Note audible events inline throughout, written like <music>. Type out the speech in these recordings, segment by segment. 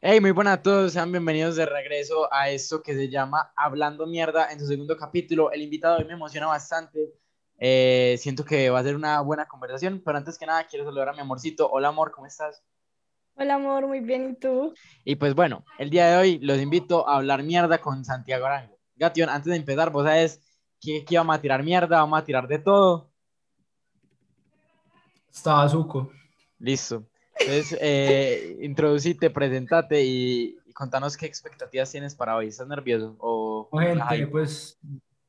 Hey, muy buenas a todos, sean bienvenidos de regreso a esto que se llama Hablando Mierda en su segundo capítulo. El invitado hoy me emociona bastante. Eh, siento que va a ser una buena conversación, pero antes que nada quiero saludar a mi amorcito. Hola amor, ¿cómo estás? Hola amor, muy bien, ¿y tú? Y pues bueno, el día de hoy los invito a hablar mierda con Santiago Arango. Gatión, antes de empezar, vos sabes que aquí vamos a tirar mierda, vamos a tirar de todo. Estaba Zuko. Listo. Entonces, eh, introducite, presentate y, y contanos qué expectativas tienes para hoy. ¿Estás nervioso? O, Bueno, gente, Ay, pues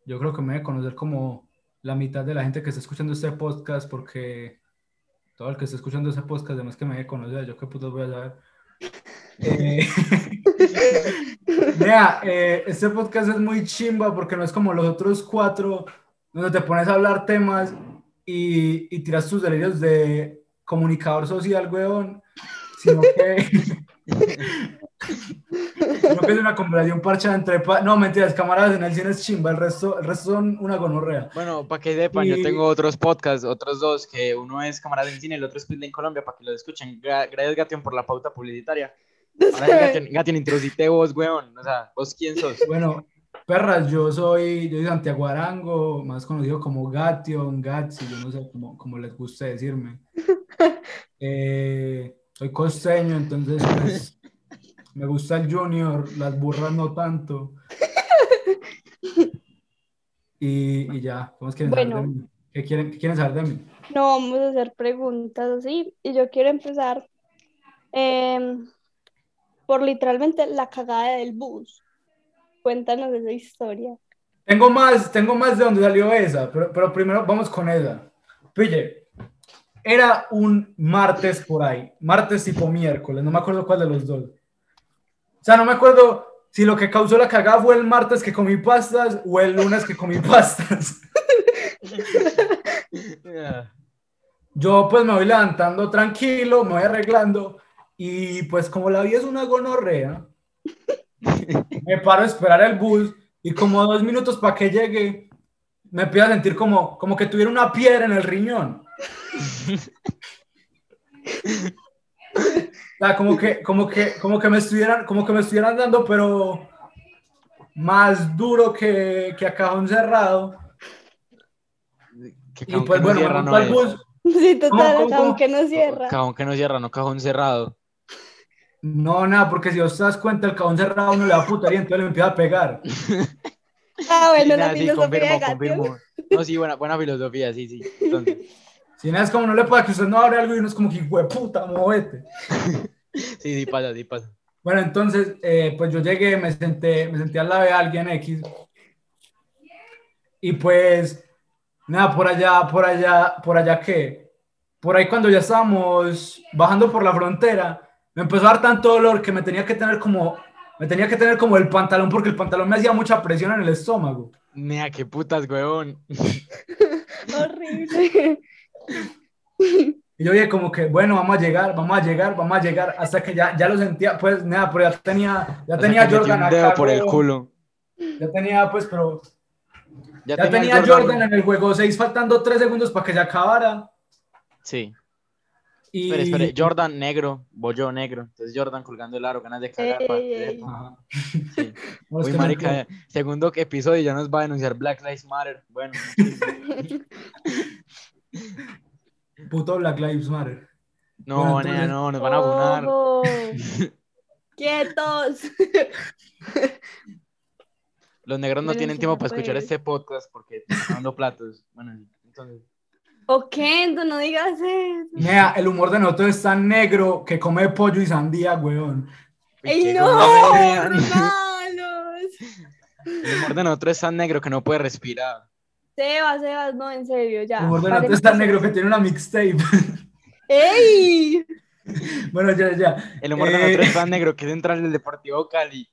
yo creo que me voy a conocer como la mitad de la gente que está escuchando este podcast, porque todo el que está escuchando este podcast, además que me voy a conocer, yo qué puto voy a saber. Eh, <laughs> Vea, eh, este podcast es muy chimba porque no es como los otros cuatro, donde te pones a hablar temas y, y tiras tus delirios de comunicador social, weón, sino que, sino que es una conversación parcha entre... pa- no, mentiras, camaradas en el cine es chimba, el resto, el resto son una gonorrea. Bueno, para que sepan, yo Y- tengo otros podcasts, otros dos, que uno es Camarada en Cine, el otro es Pilde en Colombia, para que lo escuchen. Gra- Gracias, Gatión, por la pauta publicitaria. <laughs> Ahora sí, Gatión, Gatión, introducite vos, weón. O sea, vos quién sos. Bueno, perras, yo soy, yo soy Santiago Arango, más conocido como Gation, Gatsi, yo no sé cómo, cómo les guste decirme. Eh, soy costeño, entonces pues, me gusta el junior, las burras no tanto. Y, y ya, ¿cómo es que quieren saber Bueno. de mí? ¿Qué quieren, qué quieren saber de mí? No vamos a hacer preguntas así y yo quiero empezar em, por literalmente la cagada del bus. Cuéntanos esa historia. <laughs> Tengo más, tengo más de donde salió esa, pero, pero primero vamos con esa. Pille, era un martes por ahí, martes tipo miércoles, no me acuerdo cuál de los dos. O sea, no me acuerdo si lo que causó la cagada fue el martes que comí pastas o el lunes que comí <laughs> pastas. Yo pues me voy levantando tranquilo, me voy arreglando y pues como la vida es una gonorrea, me paro a esperar el bus y como dos minutos para que llegue, me empiezo a sentir como, como que tuviera una piedra en el riñón. O sea, como que, como que, como que me estuvieran, como que me estuvieran dando, pero más duro que, que a cajón cerrado. Que Y cajón pues que no bueno, me cierra, monto no al es. bus. Sí, total, ¿Cómo, cómo, cómo? aunque no cierra. Cajón que no cierra, no cajón cerrado. No, nada, porque si vos te das cuenta, el cajón cerrado no le da putería, entonces le empieza a pegar. Ah, bueno, Sí, la nada, sí, filosofía de confirmo, Gatión. confirmo. No, sí, buena, buena filosofía, sí, sí. Entonces, Si nada, es como no le pueda que usted no abre algo y uno es como que, puta, movete. sí, sí, pasa, sí, pasa. Bueno, entonces, eh, pues yo llegué, me senté, me senté al lado de alguien X. Y pues, nada, por allá, por allá, por allá que, por ahí cuando ya estábamos bajando por la frontera, me empezó a dar tanto dolor que me tenía que tener como, me tenía que tener como el pantalón porque el pantalón me hacía mucha presión en el estómago. Mira, qué putas, weón. <laughs> Horrible. Y yo dije como que, bueno, vamos a llegar, vamos a llegar, vamos a llegar, hasta que ya, ya lo sentía, pues nada, pero ya tenía, ya O sea, tenía que metí Jordan un dedo acá, por el weón. culo. ya tenía, pues, pero Ya, Ya tenía el Jordan, en el juego 6 faltando 3 segundos para que se acabara. Sí. Y... Espere, espere, Jordan negro, bollo negro. Entonces Jordan colgando el aro, ganas de cagar. Ey, pa. ey, ey. Ajá. <laughs> Sí. Bueno, Uy, es que no marica, entiendo. segundo episodio ya nos va a denunciar Black Lives Matter. Bueno, <laughs> eh. Puto Black Lives Matter. no, Bueno, nena, entonces- no, nos van a abonar. <laughs> Oh. Quietos. Los negros no Pero pues- tienen sí, tiempo no para escuchar puedes. este podcast porque están dando platos. Bueno, entonces. Ok, Kendo, no digas eso. Nea, el humor de nosotros es tan negro que come pollo y sandía, weón. Uy, ¡Ey, qué no! <laughs> gonorrea. ¡Regalos! El humor de nosotros es tan negro que no puede respirar. Sebas, Sebas, no, en serio, ya. El humor de paremos. nosotros es tan negro que tiene una mixtape. <laughs> ¡Ey! bueno, ya, ya. El humor de Eh. nosotros es tan negro que es entrar en el Deportivo Cali.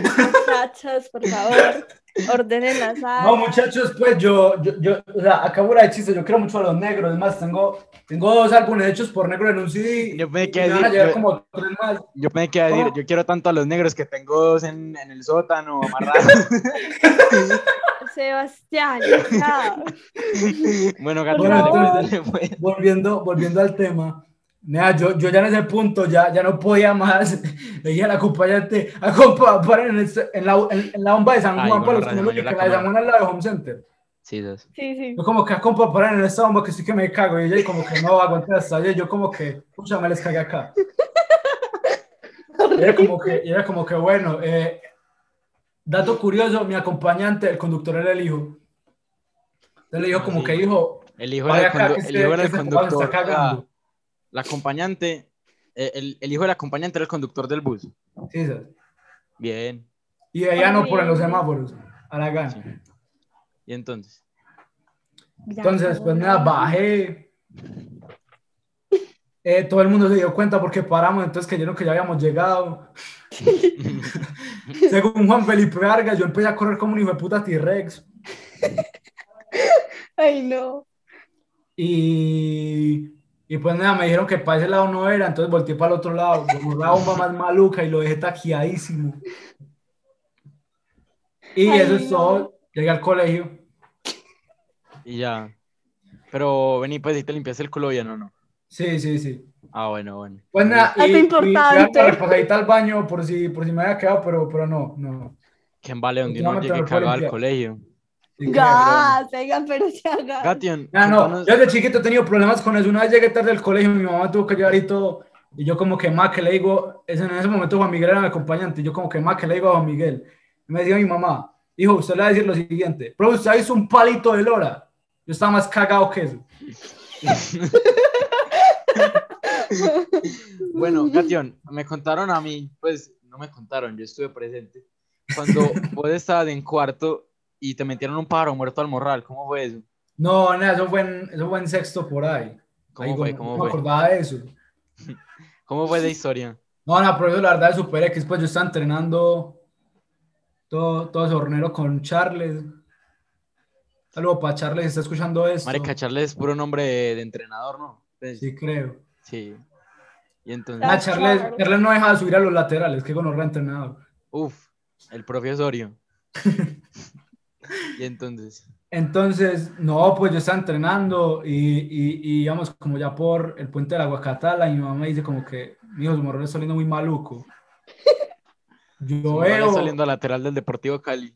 Muchachos, por favor, ordenen la sala. No, muchachos, pues yo, yo, yo, o sea, acabo la de chiste, yo creo mucho a los negros. Es más, tengo, tengo dos álbumes hechos por negro en un CD. Yo pensé y que me van a decir- llegar yo- como tres más. Yo pensé que iba a decir, ¿Cómo? yo quiero tanto a los negros que tengo dos en, en el sótano <laughs> amarrados. Sebastián, ya. bueno, Por gato, favor. pues. Volviendo, volviendo al tema, Nea, yo, yo ya en ese punto ya, ya no podía más. <laughs> Le dije al acompañante, a compa, paren en, este- en la, en, en la bomba de San Ay, Juan para los gonorrea, que no lo se me ubican, dio la la de San cámara. Juan al lado de Home Center. Sí, dos. Sí, sí. Yo como que, a compa, paren en esta bomba que sí que me cago. Y ella como que no aguanté hasta allá. Y Yo como que, pucha, me les cagué acá. Y era como que, y era como que bueno, eh, dato curioso, mi acompañante, el conductor era el hijo. Entonces le dijo como que, hijo, El hijo vaya era el, acá condu- que el este- hijo era que el este papá se conductor. está La, cagando. la acompañante, eh, el, el hijo del acompañante era el conductor del bus. Sí, ¿sabes? Bien. Y ella no por los semáforos, a la gana. sí. Y entonces, Entonces, pues nada, bajé. Eh, todo el mundo se dio cuenta porque paramos, entonces creyeron que ya habíamos llegado. Según Juan Felipe Vargas, yo empecé a correr como un hijo de puta T-Rex. Ay, no. Y, y pues nada, me dijeron que para ese lado no era, entonces volteé para el otro lado, como la bomba más maluca y lo dejé taquiadísimo. Y Ay, eso es no. todo. Llegué al colegio. y ya. Pero vení, pues, si te limpias el culo, ya no, no. Sí, sí, sí. Ah, bueno, bueno. Pues nada, Dato y, y importante. fui a dar una repasadita al baño por si, por si me había quedado, pero, pero no, no. ¿Quién vale donde uno Últimamente llegue me fue cagado al limpiar. colegio? Sí, cabrón. Gas, oigan, pero ya gas. Gation, Ah, no, contanos- yo desde chiquito he tenido problemas con eso. Una vez llegué tarde al colegio, mi mamá tuvo que llevar y todo. Y yo, como que más que le digo, es- en ese momento Juan Miguel era mi acompañante. y Yo, como que más que le digo a Juan Miguel. Y me decía mi mamá, hijo, usted le va a decir lo siguiente: Pero usted hizo un palito de lora. Yo estaba más cagado que eso. Bueno, Gation, me contaron a mí, pues no me contaron, yo estuve presente. <laughs> Cuando vos estabas en cuarto y te metieron un pájaro muerto al morral, ¿cómo fue eso? No, nada, eso fue en, eso fue en sexto por ahí. ¿Cómo Ahí, fue? no- ¿Cómo no me fue? acordaba de eso. ¿Cómo fue la historia? No, no, pero eso la verdad es super X, pues yo estaba entrenando todo, todo ese hornero con Charles. Saludo para Charles, si está escuchando esto. Marica, Charles es puro nombre de, de entrenador, ¿no? Pues, sí. Sí, creo. Y entonces, Ah, Ah, Charles, Charles. Charles no deja de subir a los laterales, que con entrenado. uff, el <laughs> profesorio. y entonces, Entonces, no, pues yo estaba entrenando y, y, y íbamos como ya por el puente del Aguacatala y mi mamá me dice como que, mijo, su morrón está saliendo muy maluco. <laughs> Yo Morral veo, saliendo a lateral del Deportivo Cali.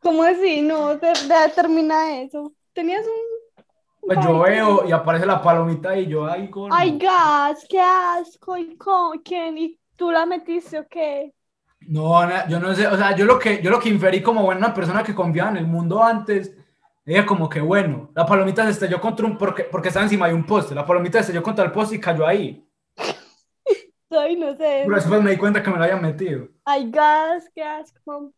¿Cómo así? No, te- ya termina eso. Tenías un. pues yo veo y aparece la palomita y yo, ay, gordo. Ay, gas, qué asco. ¿Y cómo? ¿Quién? ¿Y tú la metiste o qué? No, na- yo no sé, o sea, yo lo que, yo lo que inferí como buena persona que confiaba en el mundo antes, ella como que bueno, la palomita se estrelló contra un, porque, porque estaba encima de un poste, la palomita se estrelló contra el poste y cayó ahí. Ay, no sé. Pero después me di cuenta que me lo habían metido. Ay, gas, qué asco.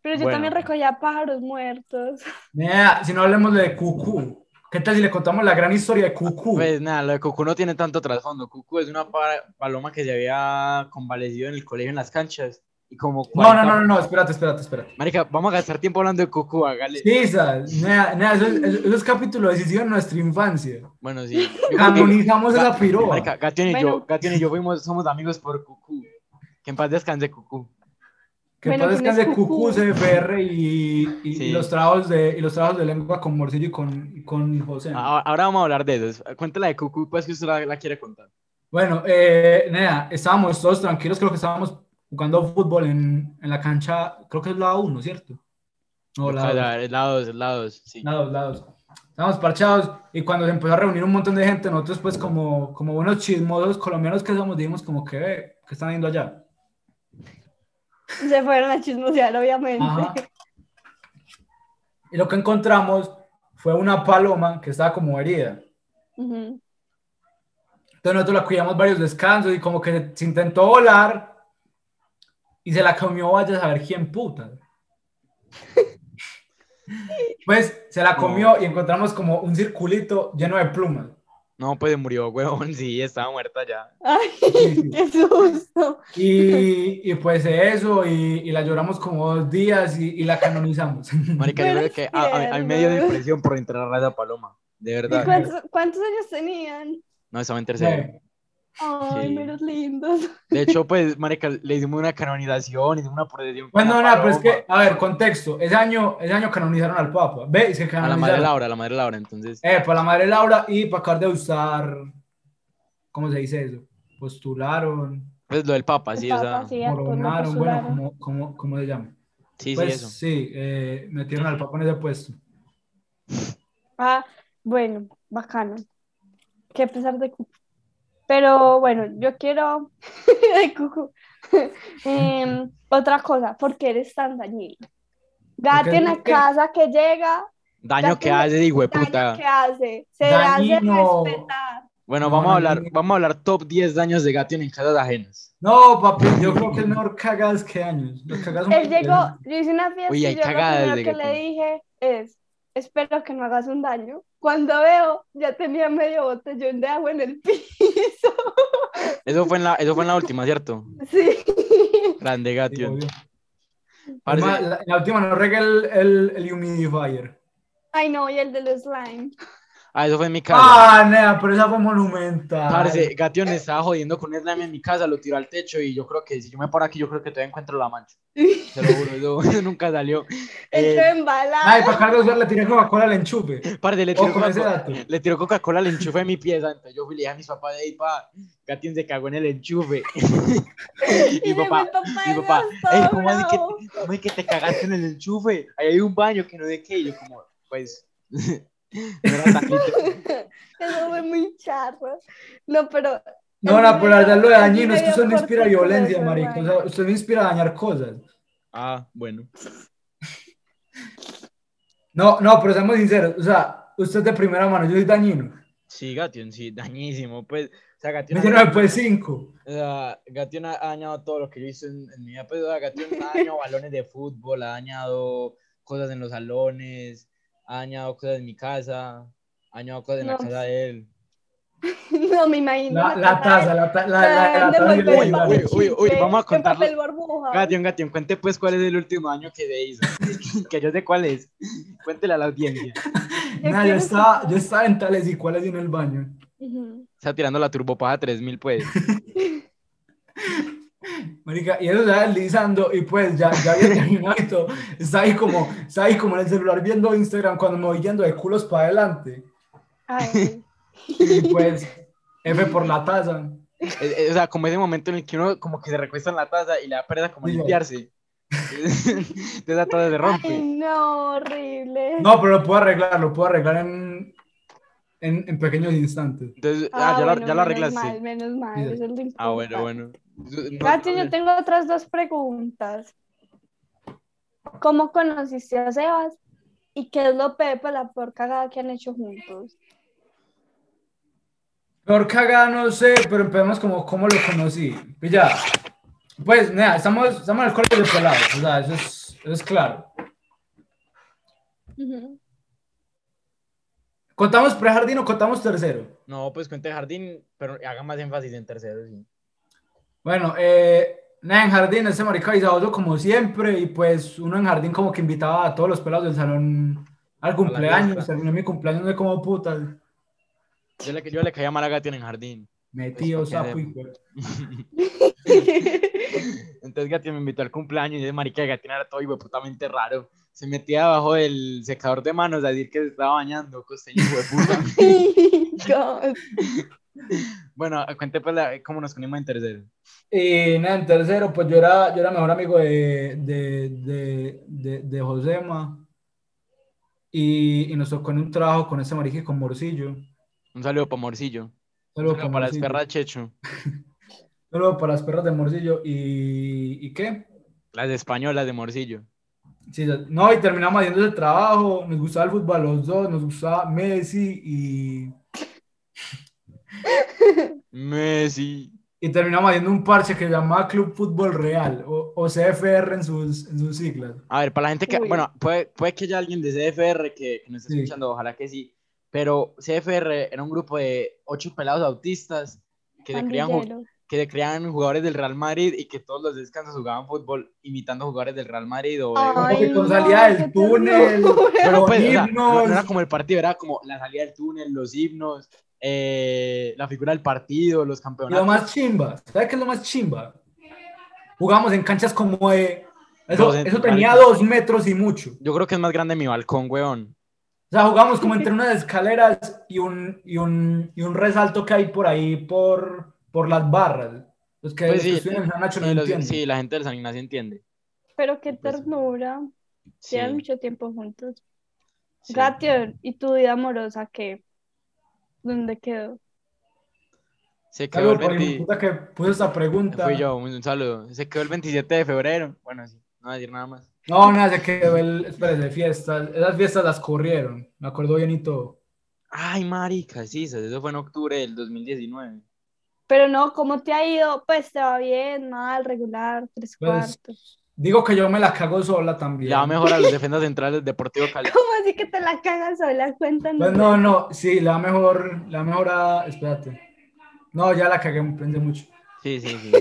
Pero yo Bueno. también recogía pájaros muertos. <laughs> Nea, si no hablemos de Cucú, ¿qué tal si le contamos la gran historia de Cucú? Pues nada, lo de Cucú no tiene tanto trasfondo. Cucú es una pa- paloma que se había convalecido en el colegio en las canchas. Y como No, 40 no, no, no, no, espérate, espérate, espérate. Marica, vamos a gastar tiempo hablando de Cucú, hágale. Sí, esa, nea, nea, eso, es- eso es capítulo decisivo en nuestra infancia. Bueno, sí. Yo- Canonizamos Ga- esa piroa. Marica, Gatión y yo, Bueno. Gatión y yo fuimos, somos amigos por Cucú. Que en paz descanse Cucú. Que Bueno, entonces ¿quién que es de cucú, Cucú? CFR y, y, Sí. y los trabajos de, y los trabajos de lengua con Morcillo y con, y con José. A- Ah, Ahora vamos a hablar de eso. Cuéntela de Cucú, pues que usted la, la quiere contar. Bueno, eh, nea, estábamos todos tranquilos, creo que estábamos jugando fútbol en, en la cancha, creo que es la 1, ¿cierto? No, la O sea, 2. la- la dos, la dos, sí. Lados, lados. Estábamos parchados y cuando se empezó a reunir un montón de gente, nosotros pues como, como buenos chismosos colombianos que somos, dijimos como que, "Ve, ¿qué están yendo allá? Se fueron a chismosear, obviamente. <laughs> Ajá. Y lo que encontramos fue una paloma que estaba como herida. Ujú. Entonces nosotros la cuidamos varios descansos y como que se intentó volar y se la comió vaya a saber quién <laughs> puta. Pues se la comió y encontramos como un circulito lleno de plumas. No, pues murió, huevón, <laughs> sí, estaba muerta ya. <laughs> Ay, Sí, sí. qué susto. Y, y pues eso, y, y la lloramos como dos días y, y <laughs> la canonizamos. Marica, yo Pero creo es que a, a- a mí me dio tierno. depresión por entrar a esa paloma. De ¿Y verdad. cuántos, cuántos años tenían? No, estaba en tercero. Sí. Ay, Sí. meros lindos. <laughs> De hecho, pues, marica, le hicimos una canonización, hicimos una procesión. con la Bueno, nada, pero es paloma. que, a ver, contexto. Ese año, ese año canonizaron al Papa. ¿Ve? Y se A la madre canonizaron. pues Laura, a la madre Laura, entonces. Eh, para la madre Laura y para acabar de usar ¿cómo se dice eso? Postularon, Pues lo del Papa, sí, o sea. Sí, sí, algo, no coronaron, bueno, postularon. ¿cómo, cómo, cómo se llama? sí, pues eso. sí, eh, metieron al papa en ese puesto. Ah, bueno, bacano. Que a pesar de Cucu. Pero bueno, yo quiero <laughs> de Cucu. <laughs> Em, otra cosa, ¿por qué eres tan dañino? Gato Porque en es la que- casa que llega, Daño Ya que tuve hace, hijo de daño puta. que hace, se Dañino. hace respetar. Bueno, No, vamos, a hablar, dañino. vamos a hablar top 10 daños de Gatian en casas ajenas. No, papi, yo creo que es mejor cagadas que años. Los cagadas <laughs> son Él llegó, peligrosas. yo hice una fiesta Uy, hay y yo lo cagadas primero de que gato. le dije es, espero que no hagas un daño. Cuando veo, ya tenía medio botellón de agua en el <laughs> piso. Eso fue en la, eso fue en la última, ¿cierto? Sí. Grande Sí, Gatian. obvio. Ah, Parce, Además, la, la última no regué el, el, el humidifier. Ay, no, y el del slime. Ah, eso fue en mi casa. Ah, nea, pero esa fue monumental. Parce, Gatian estaba jodiendo con un slime en mi casa, lo tiró al techo y yo creo que si yo me paro aquí, yo creo que todavía encuentro la mancha. Te lo juro, eso, <laughs> eso nunca salió. Entró Eh, Ay, embalado. para Carlos le tiré Coca-Cola al enchupe. parce, le Ojo tiró, con ese Coca-Cola, dato. le tiró Coca-Cola al enchufe de mi pieza. Entonces yo fui y le dije a mis papás, "Ey, pa, Gatian se cagó en el enchufe. <laughs> Y mi <laughs> llegó papá, el papá mi de papá, Gastón, "Ey, ¿cómo así que, bravo. cómo es que te cagaste en el enchufe? Ahí hay un baño que no de qué. Y yo como, pues, <laughs> no era tan literal. <laughs> Eso fue muy charro. No, pero No, no, pero la verdad lo de dañino es que Medio usted no inspira corto, violencia, pero marico. O sea, usted no inspira a dañar cosas. Ah, bueno. No, no, pero seamos sinceros. O sea, usted es de primera mano, yo soy dañino. Sí, Gatian, sí, dañísimo. Pues, o sea, Gatian... Me dieron después cinco. O sea, Gatión ha ha dañado todo lo que yo hice en, en mi vida. Pues, o sea, Gatión ha <laughs> dañado balones de fútbol, ha dañado cosas en los salones, ha dañado cosas en mi casa, ha dañado cosas en la No. casa de él. no me imagino. La, la taza, la, ta- la, la, la, de taza envolver Uy, uy, en violenta. papel uy, uy, chicle, vamos a en contarlo. papel burbuja. Gatión, Gatión, cuente pues cuál es el último daño que se <laughs> hizo. que yo sé cuál es. Cuéntele a la audiencia. Yo Nah, yo, quiero- estaba, yo estaba en tales y cuales y en el baño. Ujú. Está tirando la turbopaja 3000, <laughs> pues. Marica, y él estaba deslizando y pues ya, ya había <laughs> terminado y todo. Estaba ahí como, estaba ahí como en el celular viendo Instagram cuando me voy yendo de culos para adelante. <laughs> Ay. Y pues, F por la taza. Es- es- o sea, como ese momento en el que uno como que se recuesta en la taza y le da pereza como Sí. limpiarse. <laughs> Entonces esa taza se Ay, rompe. no, horrible. No, pero lo puedo arreglar, lo puedo arreglar en, en, en pequeños instantes. Entonces, Ah, ah, ya, bueno, la, ya la menos arreglaste. mal, menos mal, eso Sí. es lo Ah, pues, importante. bueno, bueno. No, Gati, no, yo tengo otras dos preguntas. ¿Cómo conociste a Sebas? ¿Y qué es lo peor para la peor cagada que han hecho juntos? Peor cagada, no sé, pero empecemos como cómo lo conocí. Pues ya, pues nada, estamos, estamos en el colegio de pelados, o sea, eso es, eso es claro. <laughs> Ujú. ¿Contamos prejardín o contamos tercero? No, pues cuente jardín, pero haga más énfasis en tercero, sí. Bueno, eh, nada, en jardín, ese marica Isaoso como siempre, y pues uno en jardín como que invitaba a todos los pelados del salón al cumpleaños, fiesta. terminé mi cumpleaños de como putas, Yo le, yo le caía mal a Gatian en jardín. <laughs> metido Eso que sapo y... hacemos. Entonces Gatian me invitó al cumpleaños y ese marica de Gatian era todo hijueputamente raro. Se metía debajo del secador de manos a decir que se estaba bañando, costeño hijueputa. <laughs> Dios. bueno, cuente pues la- cómo nos conocimos en tercero. Y nada, en tercero, pues yo era, yo era mejor amigo de, de, de, de, de Josema. Y, y nos tocó en un trabajo con ese marica y con Morcillo. Un saludo para Morcillo. Un Saludo saludo pa' para las Morcillo. perras Checho. Saludo para las perras de Morcillo. ¿Y, ¿y qué? Las españolas de Morcillo. Sí, no, y terminamos haciendo ese trabajo. Nos gustaba el fútbol a los dos, nos gustaba Messi y, Messi. y terminamos haciendo un parche que se llamaba Club Fútbol Real o, o CFR en sus, en sus siglas. A ver, para la gente que, Uy. bueno, puede, puede que haya alguien de CFR que, que nos esté Sí. escuchando, ojalá que sí, pero CFR era un grupo de ocho pelados autistas que se, creían, ju- Pandillero. que se creían jugadores del Real Madrid y que todos los descansos jugaban fútbol imitando jugadores del Real Madrid o de- Ay, Porque no, con salida del qué túnel, ternura. Pero con pues, o sea, no, himnos. no era como el partido, era como la salida del túnel, los himnos, eh, la figura del partido, los Y lo campeonatos. más chimba, ¿sabes qué es lo más chimba? Jugamos en canchas como de... Eso, Dos centrales. eso tenía dos metros y mucho. Yo creo que es más grande mi balcón, weón. O sea, jugamos como entre unas escaleras y un, y un, y un resalto que hay por ahí por, por las barras. Los que, Pues los que sí, estudian en San Nacho no Sí, los- entienden. sí, la gente del San Ignacio entiende. Pero qué Pues- ternura. Sí, Llevan mucho tiempo juntos. sí. Gatio, ¿y tu vida amorosa qué? ¿Dónde quedó? Se quedó el Claro, por el 20... puta que puso esa pregunta. Fui yo, un, un saludo. Se quedó el 27 de febrero. Bueno, sí, no voy a decir nada más. No, nada, se quedó el. Espérate, fiestas. Esas fiestas las corrieron. Me acuerdo bien y todo. Ay, marica, sí, eso fue en octubre del 2019. Pero no, ¿cómo te ha ido? Pues te va bien, mal, regular, tres Pues- cuartos. <laughs> Digo que yo me la cago sola también. Ya mejora los defensas centrales Deportivo Cali. ¿Cómo así que te la cagas o las cuentan? Pues no, no, sí, la mejor, la mejor, a- espérate. No, ya la cagué, pensé mucho. Sí, sí, sí.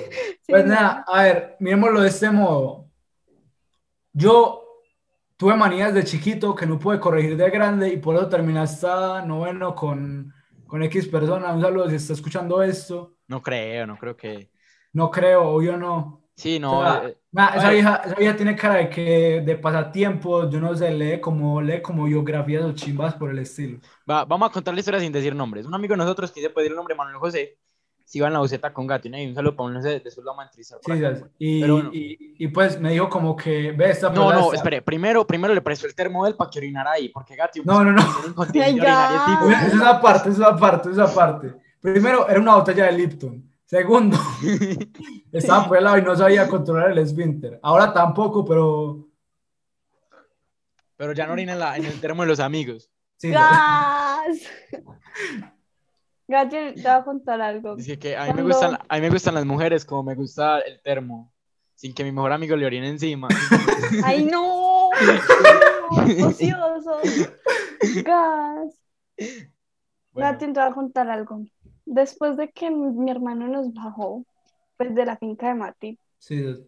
Pues nada, a ver, miremoslo de este modo. Yo tuve manías de chiquito que no pude corregir de grande y por eso terminé hasta noveno con, con X persona. Un saludo si está escuchando esto. No creo, no creo que. No creo, obvio no. Sí, no. Ah. eh, Nah, esa, Ay. vieja, esa vieja tiene cara de que de pasatiempo, yo no sé, lee como, lee como biografías o chimbas por el estilo. va- vamos a contar la historia sin decir nombres. Un amigo de nosotros que se puede decir el nombre, Manuel José, se iba en la buceta con Gato. ¿no? Y un saludo para Manuel José, después lo vamos a entrevistar. por Sí, acá. sí, y, Pero bueno. y- y, pues me dijo como que, ve, esta No, persona no, está- espere. Primero, primero le prestó el termo del para que orinara ahí, porque Gato. No, no, <laughs> no. Tiene incontinencia Ay, urinaria, ya. tipo. Esa es una parte, esa es una parte, esa es una parte. Primero, era una botella de Lipton. Segundo, <laughs> estaba pelado y no sabía controlar el esfínter. Ahora tampoco, pero <laughs> Pero ya no orina en, la- en el termo de los amigos. sí. <laughs> ¡Gas! Gatio, te voy a contar algo. Dice que a mí, me Cuando- gustan, a mí me gustan las mujeres como me gusta el termo. Sin que mi mejor amigo le orine <laughs> encima. ¡Ay, <laughs> no! ¡Ocioso! ¡Gas! Bueno, Nati, te voy a contar algo. Después de que mi, mi hermano nos bajó, pues de la finca de Mati, sí, sí.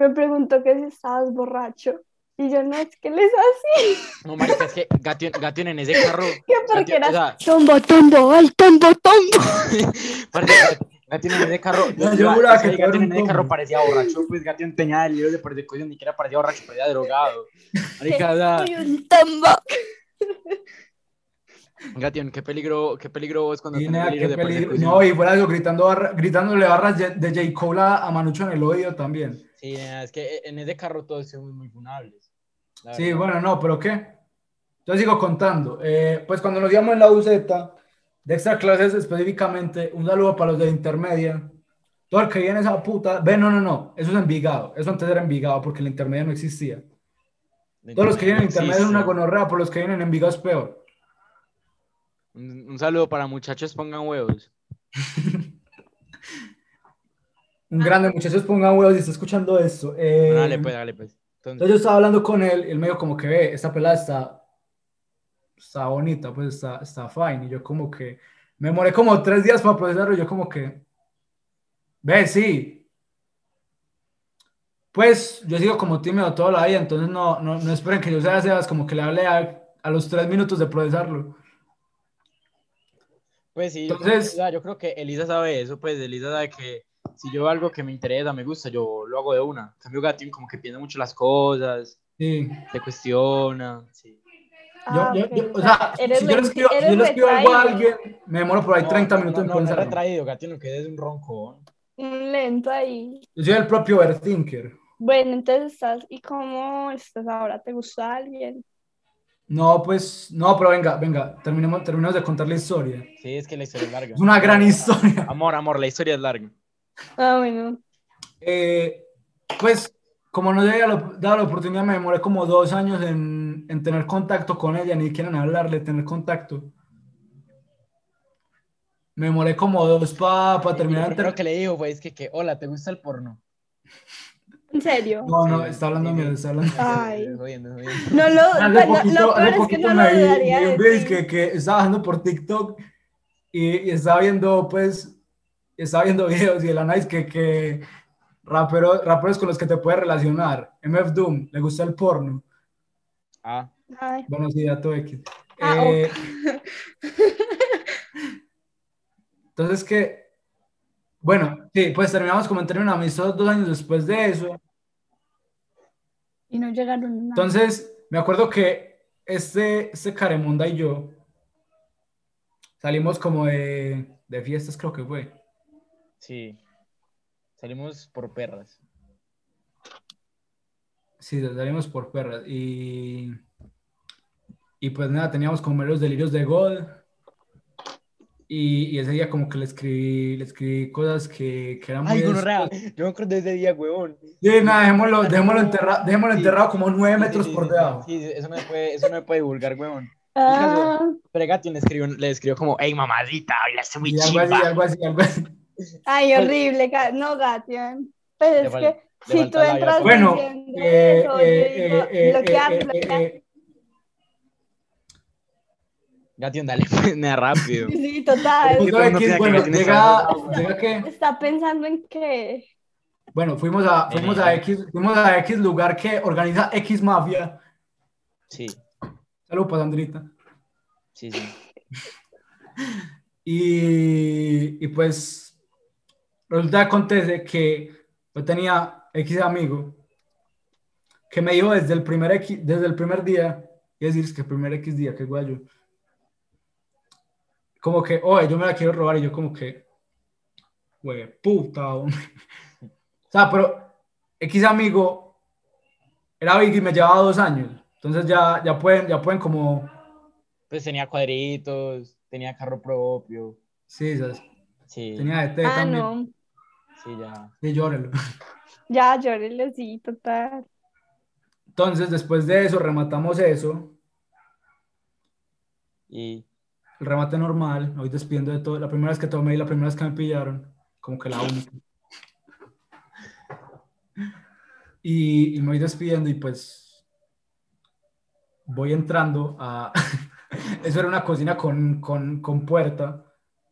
me preguntó que si estabas borracho. Y yo, no, es que él es así. no, marica, es que Gation, Gation en ese <laughs> carro. Que Gation- porque o era sea, tumbo, tumbo, el tumbo, tumbo. Parce, Gation en ese carro. No, yo iba- juraba o sea, que Gation era un en ese carro combo. parecía borracho. Pues Gation tenía delirios de persecución, ni que era parecía borracho, parecía drogado. Marica, o <laughs> Ah. sea, Soy un tumbo. Gation, qué peligro, qué peligro vos cuando Y tenés nada, qué delirios de peligro. persecución. No, y fuera de eso, gritando barra- gritándole barras de de J. Cole a a Manucho en el oído también. Sí, nada, es que en ese carro todos somos muy funables. la Sí, verdad. bueno, no, pero ¿qué? Yo sigo contando. Eh, pues cuando nos íbamos en la UZ, de extra clases específicamente, un saludo para los de intermedia. Todo el que viene esa puta. Ve, no, no, no. Eso es Envigado. Eso antes era Envigado porque la intermedia no existía. Todos los que vienen en intermedia es una Sí, sí. gonorrea, por los que vienen en Envigado es peor. Un, un saludo para muchachos, pongan huevos. Un grande, muchachos, pongan huevos si está escuchando esto. Eh, Bueno, dale pues, dale pues. Entonces, Entonces yo estaba hablando con él y él me dijo como que ve, esta pelada está, está bonita, pues está, está fine. Y yo como que me demoré como tres días para procesarlo. Y yo como que, ve, sí. Pues yo sigo como tímido toda la vida, entonces no, no, no esperen que yo sea Sebas, como que le hable a, a los tres minutos de procesarlo. pues sí, entonces- o sea, yo creo que Elisa sabe eso, pues Elisa sabe que si yo veo algo que me interesa, me gusta, yo lo hago de una. En cambio, Gatín como que piensa mucho las cosas, Sí. te cuestiona. sí. Ah, yo, yo, ok, yo- o o sea, sea, eres si yo le re- escribo, si eres yo le escribo algo a retraído. alguien, me demoro por ahí No, 30 no, minutos en No, no, no, procesarlo. retraído, Gatín, lo que es un roncón. Un lento ahí. yo soy el propio Vertinker. Bueno, entonces estás, ¿y cómo estás ahora? ¿Te gusta alguien? No, pues, no, pero venga, venga, terminemos, terminemos de contar la historia. Sí, es que la historia es larga. Es una gran historia. <laughs> Amor, amor, la historia es larga. Ah, bueno. Eh, pues, como no le había lo- dado la oportunidad, me demoré como dos años en, en tener contacto con ella, ni quieren hablarle, tener contacto. Me demoré como dos para Y Lo terminar. primero que le digo, pues, es que, que, hola, ¿te gusta el porno? ¿En serio? No, no, Sí, está hablando sí, mierda, sí. está hablando. Ay. Jodiendo, jodiendo. No lo, Hace pues, lo- poquito- lo hace peor es que poquito no lo me vi- dudaría vi un de Reels ti. que, que estaba bajando por TikTok y, y estaba viendo, pues, estaba viendo videos y el análisis que, que rapero- raperos con los que te puedes relacionar. MF Doom, le gusta el porno. Ah, Ay, Bueno, sí, dato X. Ah, Eh, Entonces que, bueno, sí, pues terminamos como en términos amistosos dos años después de eso. y no llegaron a nada. Entonces, me acuerdo que este, este Caremonda y yo salimos como de, de fiestas, creo que fue. Sí. Salimos por perras. Sí, salimos por perras. Y, y pues nada, teníamos como los delirios de gol. Y, y ese día como que le escribí, le escribí cosas que, que eran muy... Ay, gonorrea. Yo me acuerdo de ese día, huevón. Sí, nada, dejémoslo, dejémoslo, enterra- dejémoslo Sí. enterrado como nueve Sí, metros sí, sí, por sí, debajo. Sí, sí, eso no me puede, eso no me puede divulgar, huevón. Ah, Fregation le escribió, le escribió como, hey mamadita, bailaste muy Y algo así, chimba. algo así, algo así. ay, Pues horrible. Ga- No, Gatian. Pues Le es fal- que le si falta tú labia, pues. entras Bueno, diciendo eh, eso, eh, yo digo, eh, eh, bloquear, eh, eh, bloquear. eh, Gation, dale, <laughs> nada rápido. Sí, Yo total. punto creo que X, no tiene que bueno, ver, tiene que llega, ver. llega que, Está pensando en que eh, bueno, fuimos a, fuimos a X, fuimos a X lugar que organiza X Mafia. Sí, Saludos para Sandrita. sí, sí. Y, y pues resulta que acontece que yo tenía X amigo que me dijo desde el primer X, desde el primer día, y decir es que el primer X día, que guayo. Como que, oye, yo me la quiero robar, y yo como que, güey, puta, hombre. <laughs> O sea, pero X amigo era big y me llevaba dos años. Entonces ya, ya pueden, ya pueden como, Pues tenía cuadritos, tenía carro propio. sí, esas, Sí, tenía ET Ah, también. no. sí, ya. Y llórelo. Ya, llórele, sí, total. Entonces, después de eso, rematamos eso, Y el remate normal, hoy despidiendo de todo, la primera vez que tomé y la primera vez que me pillaron, como que la única. Y, y me voy despidiendo y pues voy entrando a... <laughs> Eso era una cocina con, con, con puerta.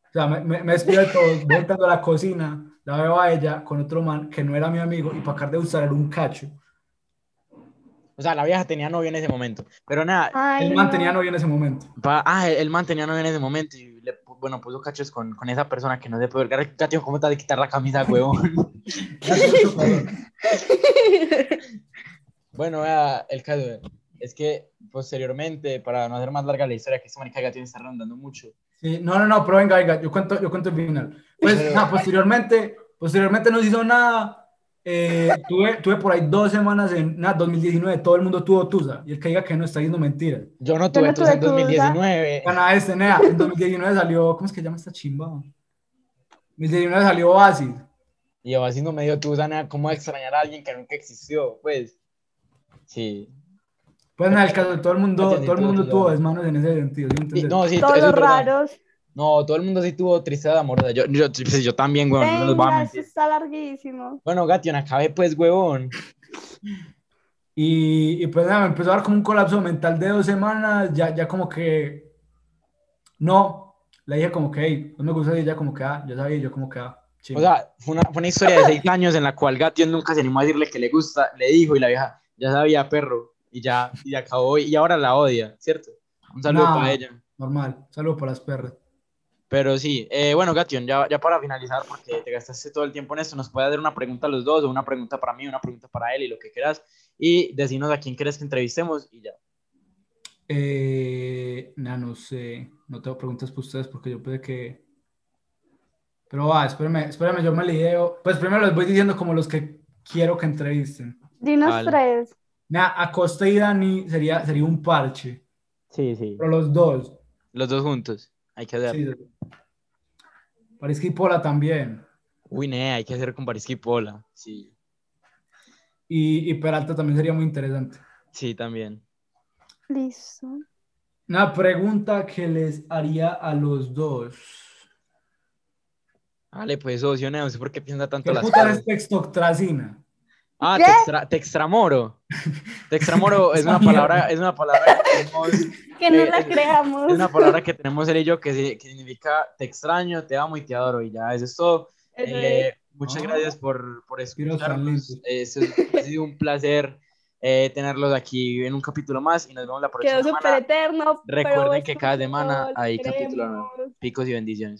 O sea, me, me, me despido de todos, voy entrando a la cocina, la veo a ella con otro man que no era mi amigo y para acabar de usar era un cacho. O sea, la vieja tenía novio en ese momento. Pero nada, Ay, Él no. mantenía novio en ese momento. <laughs> pa- ah, el, el man tenía novio en ese momento y le, pu- bueno, puso cachos con, con esa persona que no se puede ver. Gation, ¿cómo te vas a quitar la camisa, huevón? Bueno, vea, el caso es que posteriormente, para no hacer más larga la historia, que esta marica Gation está rondando mucho. Sí, no, no, no, pero venga, venga, yo cuento, yo cuento el final. Pues Pero- nada, posteriormente, posteriormente no se hizo nada. Eh, tuve, tuve por ahí dos semanas en nada, 2019, todo el mundo tuvo Tusa. Y el que diga que no está diciendo mentira. Yo no Yo tuve no tusa en tuve tusa. 2019. Gana este, nea, en 2019 salió, ¿cómo es que llama esta chimba? 2019 salió Oasis. Y yo haciendo medio tusa, nada, ¿cómo extrañar a alguien que nunca existió? Pues, sí. Pues nada, el caso, todo el mundo, Oasis, todo el todo, mundo todo. tuvo desmanos en ese sentido. ¿sí me Sí, entiendes? No, sí, Todos eso los es verdad. raros. No, todo el mundo sí tuvo tristeza amorosa. Yo, yo, pues, yo también, huevón. no les voy a Venga, eso mentir. está larguísimo. Bueno, Gation, acabé pues, huevón. Y, y pues nada, me empezó a dar como un colapso mental de dos semanas, ya, ya como que, no, le dije como que, "Ey, no me gusta y ella como que, ah, yo sabía, y yo como que, ah, O chimba. sea, fue una, fue una historia de seis años en la cual Gation nunca se animó a decirle que le gusta, le dijo y la vieja ya sabía, perro, y ya y acabó y ahora la odia, ¿cierto? Un saludo No. para ella. normal, saludo para las perras. Pero sí, eh, bueno, Gation, ya, ya para finalizar, porque te gastaste todo el tiempo en esto, nos puede hacer una pregunta a los dos, o una pregunta para mí, una pregunta para él y lo que quieras, y decirnos a quién quieres que entrevistemos y ya. Eh, nah, no sé, no tengo preguntas para ustedes porque yo pensé que, pero ah, espérame, espérame, yo me leo, pues primero les voy diciendo como los que quiero que entrevisten. Dinos Vale. tres. Nah, Acosta y Dani sería, sería un parche, Sí, sí. pero los dos, Los dos juntos, hay que hacer. sí, Parece que Pola también. Uy, ne, hay que hacer con Barisky y Pola. Sí, Y, y Peralta también sería muy interesante. sí, también. Listo. Una pregunta que les haría a los dos. Vale, pues, socio, ne, no sé por qué piensa tanto ¿Qué las puta cosas. es textoctracina? Ah, ¿Qué? textra- textramoro. <laughs> Textramoro es una palabra, es una palabra que tenemos, Que no Eh, la es- creamos. es una palabra que tenemos él y yo que, se- que significa te extraño, te amo y te adoro. Y ya, eso es todo. Eso Eh, es. muchas Ah. gracias por, por Quiero escucharnos. salir. Eh, eso es- ha sido un placer eh, tenerlos aquí en un capítulo más y nos vemos la próxima Quedó semana. súper eterno. pero Recuerden que esto cada es semana todo, hay queremos. capítulo nuevo. Picos y bendiciones.